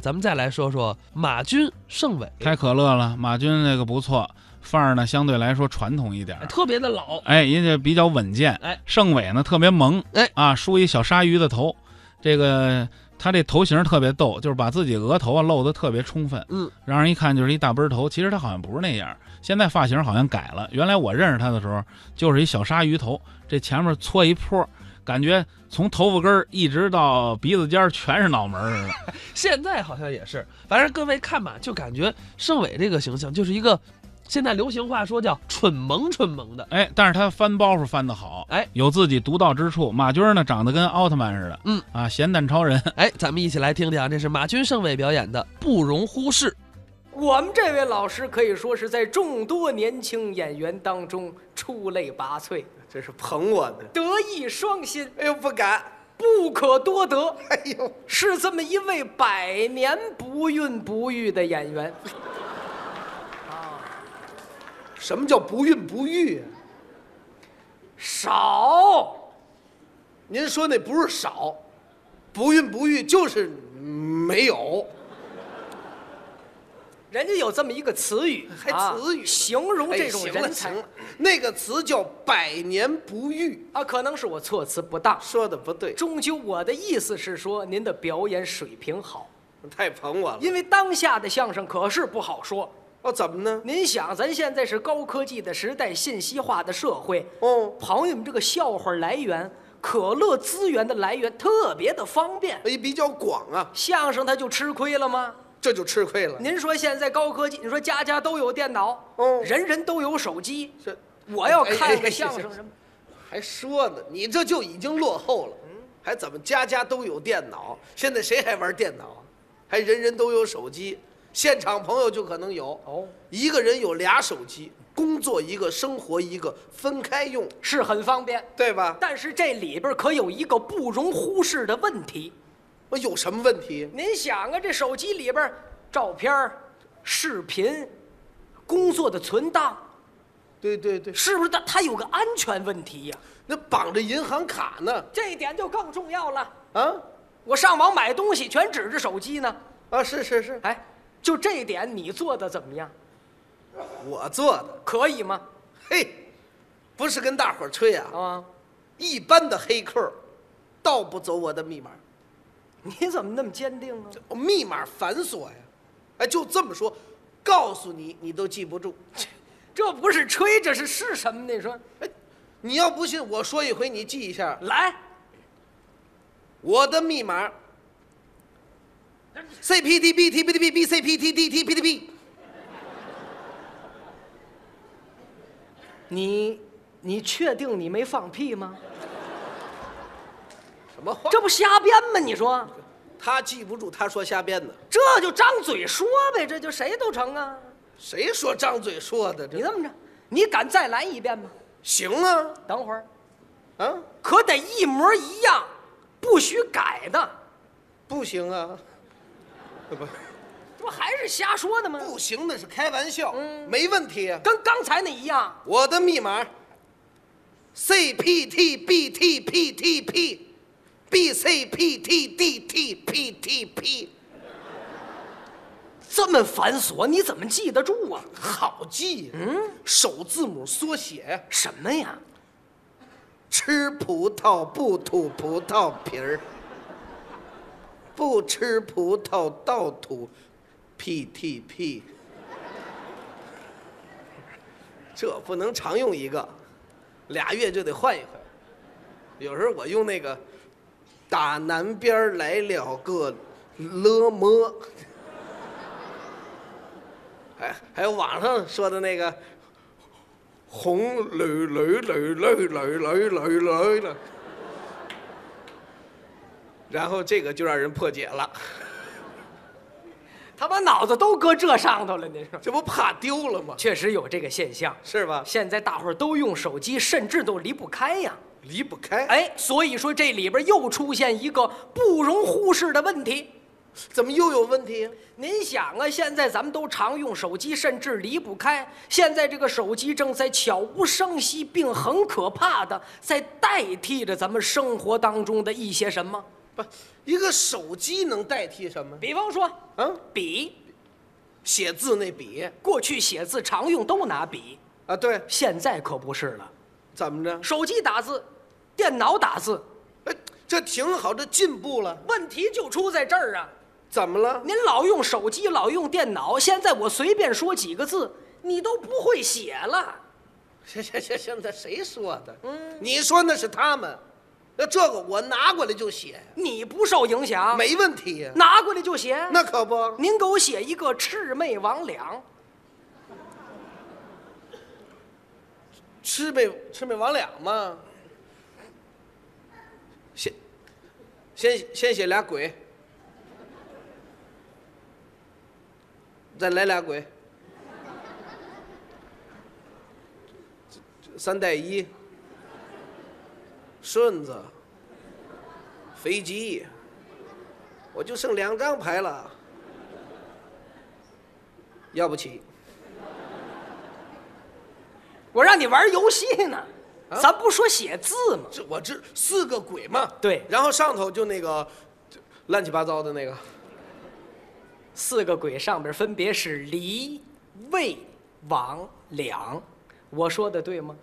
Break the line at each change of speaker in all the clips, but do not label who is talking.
咱们再来说说马军盛伟，
开可乐了，马军那个不错，范儿呢相对来说传统一点
哎
儿，
特别的老，
哎，人家比较稳健，
哎，
盛伟呢特别萌，
哎
啊，梳一小鲨鱼的头，这个他这头型特别逗，就是把自己额头啊露得特别充分，
嗯，
让人一看就是一大奔头，其实他好像不是那样儿，现在发型好像改了，原来我认识他的时候就是一小鲨鱼头，这前面搓一坡。感觉从头发根儿一直到鼻子尖儿全是脑门儿似的，
现在好像也是，反正各位看吧，就感觉盛伟这个形象就是一个，现在流行话说叫蠢萌蠢萌的，
哎，但是他翻包袱翻得好，
哎，
有自己独到之处。马军呢，长得跟奥特曼似的，
嗯
啊，咸蛋超人，
哎，咱们一起来听听啊，这是马军盛伟表演的《不容忽视》。
我们这位老师可以说是在众多年轻演员当中出类拔萃，
这是捧我的。
德艺双馨，
哎呦，不敢。
不可多得，
哎呦，
是这么一位百年不孕不育的演员。
什么叫不孕不育啊？
少，
您说那不是少，不孕不育就是没有。
人家有这么一个词语，
还
啊
词语
形容这种
哎行了
人才
行了，那个词叫百年不遇，
啊，可能是我措辞不当。
说的不对，
终究我的意思是说，您的表演水平好，
太捧我了。
因为当下的相声可是不好说。
哦，怎么呢？
您想，咱现在是高科技的时代，信息化的社会，
哦，
朋友们这个笑话来源、可乐资源的来源特别的方便，
哎，比较广啊，
相声它就吃亏了吗？
这就吃亏了。
您说现在高科技，你说家家都有电脑，
哦
人人都有手机，
这
我要
哎哎
看
哎
个相
行
声
行
什么？
还说呢，你这就已经落后了。还怎么家家都有电脑？现在谁还玩电脑？啊还人人都有手机，现场朋友就可能有。
哦，
一个人有俩手机，工作一个，生活一个，分开用，
是很方便，
对吧？
但是这里边可有一个不容忽视的问题。
我有什么问题？
您想啊，这手机里边儿照片儿、视频、工作的存档，
对对对，
是不是它它有个安全问题呀、
那绑着银行卡呢？
这一点就更重要了。
啊
我上网买东西全指着手机呢，
啊，是是是，
哎，就这一点你做的怎么样？
我做的。
可以吗？
嘿，不是跟大伙儿吹啊，
啊，
一般的黑客，盗不走我的密码。
你怎么那么坚定啊？
哦密码繁琐呀，哎，就这么说，告诉你你都记不住。
这不是吹，这是是什么呢？你说
哎，你要不信，我说一回，你记一下。
来，
我的密码，C P T B T B T B B C P T D T P T B。
你你确定你没放屁吗？
什么话？
这不瞎编吗？你说
他记不住，他说瞎编的。
这就张嘴说呗，这就谁都成啊。
谁说张嘴说的？
你
这
这么着，你敢再来一遍吗？
行啊，
等会儿，
啊，
可得一模一样，不许改的，
不行啊，不
这不还是瞎说的吗？
不行，那是开玩笑，没问题啊。
跟刚才那一样，
我的密码，C P T B T P T P B C P T D T P T P，
这么繁琐，你怎么记得住啊？
好记呀、嗯首字母缩写，
什么呀？
吃葡萄不吐葡萄皮儿，不吃葡萄倒吐 P T P。这不能常用一个，俩月就得换一回。有时候我用那个“打南边儿来了个了么”，还还有网上说的那个“红绿绿绿绿绿绿绿绿了”，然后这个就让人破解了，
他把脑子都搁这上头了，你说？
这不怕丢了吗？
确实有这个现象，
是吧？
现在大伙儿都用手机，甚至都离不开呀。
离不开。哎，
哎，所以说这里边又出现一个不容忽视的问题。
怎么又有问题呀、
您想啊，现在咱们都常用手机，甚至离不开。现在这个手机正在悄无声息，并很可怕的在代替着咱们生活当中的一些什么。
不，一个手机能代替什么？
比方说
啊，
笔，
写字那笔
过去写字常用都拿笔，
啊，对，
现在可不是了，
怎么着？
手机打字，电脑打字，
哎，这挺好，这进步了。
问题就出在这儿啊！
怎么了？
您老用手机，老用电脑，现在我随便说几个字，你都不会写了。
现现现现在谁说的？嗯，你说那是他们，那这个我拿过来就写，
你不受影响，
没问题呀。
拿过来就写。
啊那可不，
您给我写一个魑魅魍魉，
魑魅魑魅魍魉嘛。先先先写俩鬼，再来俩鬼，三带一，顺子，肥鸡，我就剩两张牌了，要不起。
我让你玩游戏呢，
啊
咱不说写字吗？
这我这四个鬼嘛，
对
然后上头就那个就乱七八糟的那个，
四个鬼上边分别是离、魏、王、两，我说的对吗？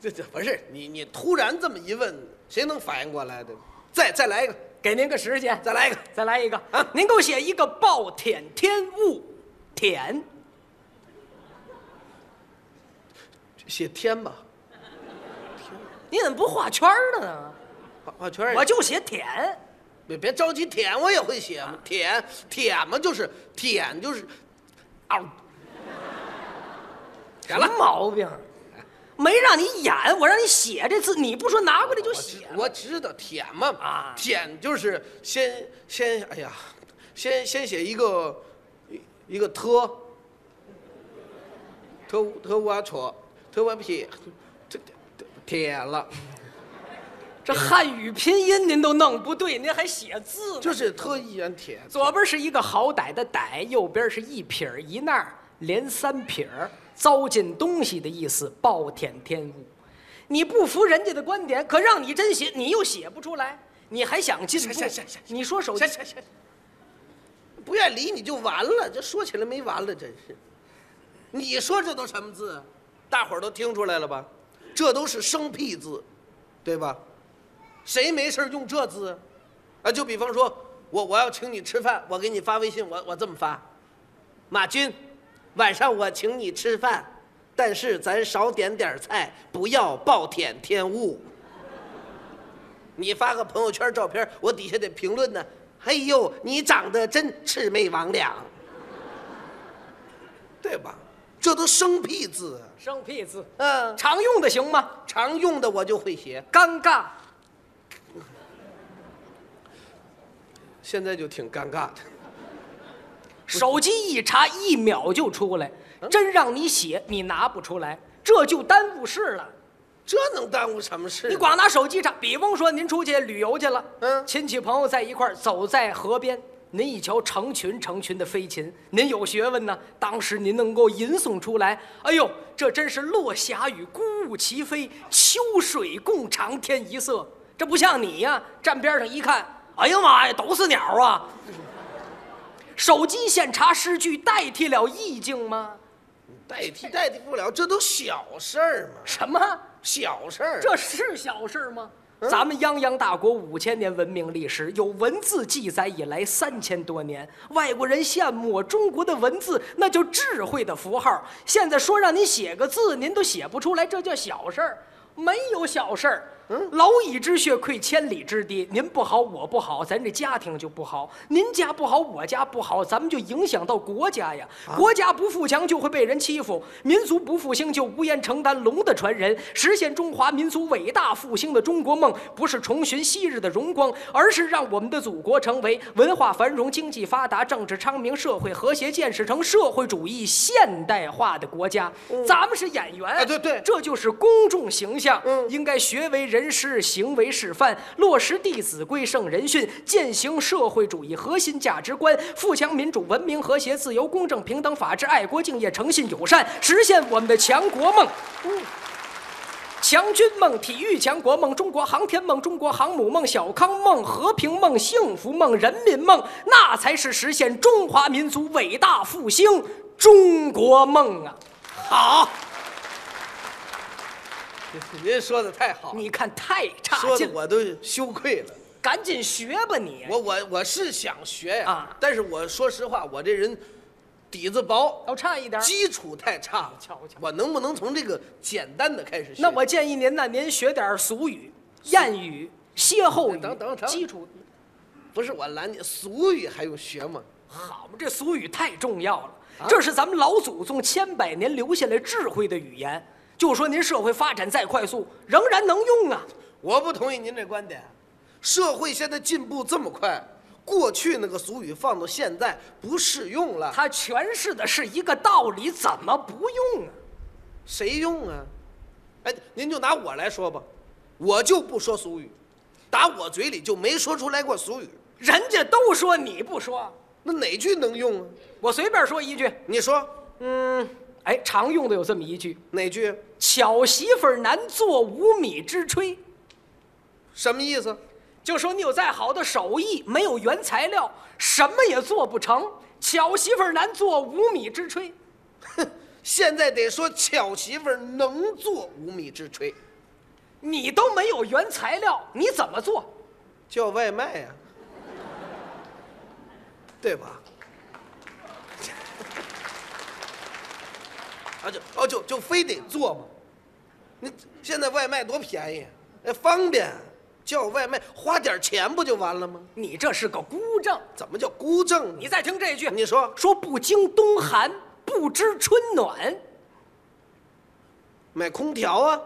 这这不是你你突然这么一问，谁能反应过来的？再再来一个，
给您个时间，
再来一个，
再来一个
啊
您给我写一个暴殄天物，殄
写天吧，
你怎么不画圈儿呢？
画画圈儿也
我就写舔，
别别着急舔，我也会写
啊
嘛，舔舔嘛就是舔就是，啊，
什么毛病？没让你演，我让你写这字，你不说拿过来就
我知
写吗
我知道舔嘛
啊
舔就是先先哎呀，先先写一个一一个特，特特我戳特我撇，这这舔了，
这汉语拼音您都弄不对，您还写字呢？
就是特一人舔，
左边是一个好歹的歹，右边是一撇儿一捺儿，连三撇儿，糟践东西的意思，暴殄天物。你不服人家的观点，可让你真写，你又写不出来，你还想进步
行行行行？
你说手机
行行行，不愿理你就完了，这说起来没完了，真是。你说这都什么字啊？大伙儿都听出来了吧？这都是生僻字，对吧？谁没事儿用这字啊？啊，就比方说，我我要请你吃饭，我给你发微信，我我这么发，马军，晚上我请你吃饭，但是咱少点点菜，不要暴殄天物。你发个朋友圈照片，我底下得评论呢。哎呦，你长得真魑魅魍魉，对吧？这都生僻字啊，
生僻字，
嗯、
常用的行吗？
常用的我就会写，
尴尬，
现在就挺尴尬的。
手机一查一秒就出来，真让你写你拿不出来，这就耽误事了。
这能耽误什么事？
你光拿手机查，比方说您出去旅游去了，
嗯
亲戚朋友在一块儿，走在河边，您一瞧成群成群的飞禽，您有学问呢，当时您能够吟诵出来，哎呦，这真是落霞与孤鹜齐飞，秋水共长天一色，这不像你呀、站边上一看，哎呀妈呀，都是鸟啊！手机现查诗句代替了意境吗？
代替代替不了，这都小事儿嘛，
什么？
小事儿。
这是小事吗？咱们泱泱大国五千年文明历史，有文字记载以来三千多年，外国人羡慕我中国的文字，那就智慧的符号。现在说让您写个字，您都写不出来，这叫小事儿，没有小事儿。
嗯
蝼蚁之血溃千里之堤，您不好，我不好，咱这家庭就不好。您家不好，我家不好，咱们就影响到国家呀。
啊
国家不富强就会被人欺负，民族不复兴就无颜承担龙的传人，实现中华民族伟大复兴的中国梦，不是重寻昔日的荣光，而是让我们的祖国成为文化繁荣、经济发达、政治昌明、社会和谐建设成社会主义现代化的国家。咱们是演员，
嗯啊对对
这就是公众形象，应该学为人师，行为示范，落实《弟子规》圣人训，践行社会主义核心价值观，富强、民主、文明、和谐、自由、公正、平等、法治、爱国、敬业、诚信、友善，实现我们的强国梦。强军梦、体育强国梦、中国航天梦、中国航母梦、小康梦、和平梦、幸福梦、人民梦，那才是实现中华民族伟大复兴中国梦啊！
好，您说的太好了，
你看太差
说的
劲了，
我都羞愧了。
赶紧学吧你！
我我我是想学呀、
啊
但是我说实话，我这人底子薄，
要差一点儿。
基础太差了。
瞧瞧
我能不能从这个简单的开始学？
那我建议您呢，您学点儿俗语、谚语、歇后语，
等等等
基础
不是我拦你，俗语还用学吗？
好嘛，这俗语太重要了，
啊
这是咱们老祖宗千百年留下来智慧的语言。就说您社会发展再快速，仍然能用啊。
我不同意您这观点。社会现在进步这么快，过去那个俗语放到现在不适用了，
它诠释的是一个道理，怎么不用啊？
谁用啊？哎，您就拿我来说吧，我就不说俗语，打我嘴里就没说出来过俗语，
人家都说你不说，
那哪句能用啊？
我随便说一句，
你说
嗯，哎，常用的有这么一句
哪句？：“
巧媳妇儿难做无米之炊。”
什么意思？
就说你有再好的手艺，没有原材料，什么也做不成。巧媳妇儿难做无米之炊。
现在得说巧媳妇儿能做无米之炊，
你都没有原材料，你怎么做？
叫外卖呀、对吧？ 啊就哦就就非得做嘛，你现在外卖多便宜，哎方便，叫外卖花点钱不就完了吗？
你这是个孤证。
怎么叫孤证
你
呢？
再听这句，
你说
说不经冬寒，不知春暖。
买空调啊，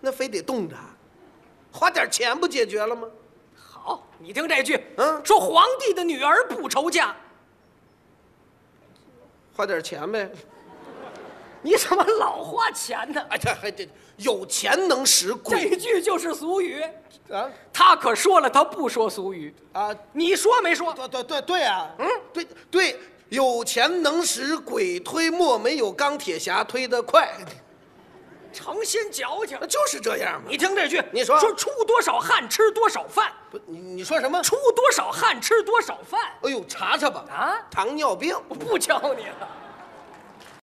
那非得冻着，花点钱不解决了吗？
好，你听这句，
嗯
说皇帝的女儿不愁嫁。
花点钱呗。
你怎么老花钱呢？
哎，这还这有钱能使
这
鬼
句就是俗语，
啊
他可说了，他不说俗语。
啊！
你说没说？
对对对对啊！嗯，对对，有钱能使鬼推磨，没有钢铁侠推得快，
诚心矫情
那。就是这样嘛。
你听这句，
你说
说出多少汗吃多少饭，
不，你你说什么？
出多少汗吃多少饭
哎呦，查查吧！
啊！
糖尿病，
我不教你了，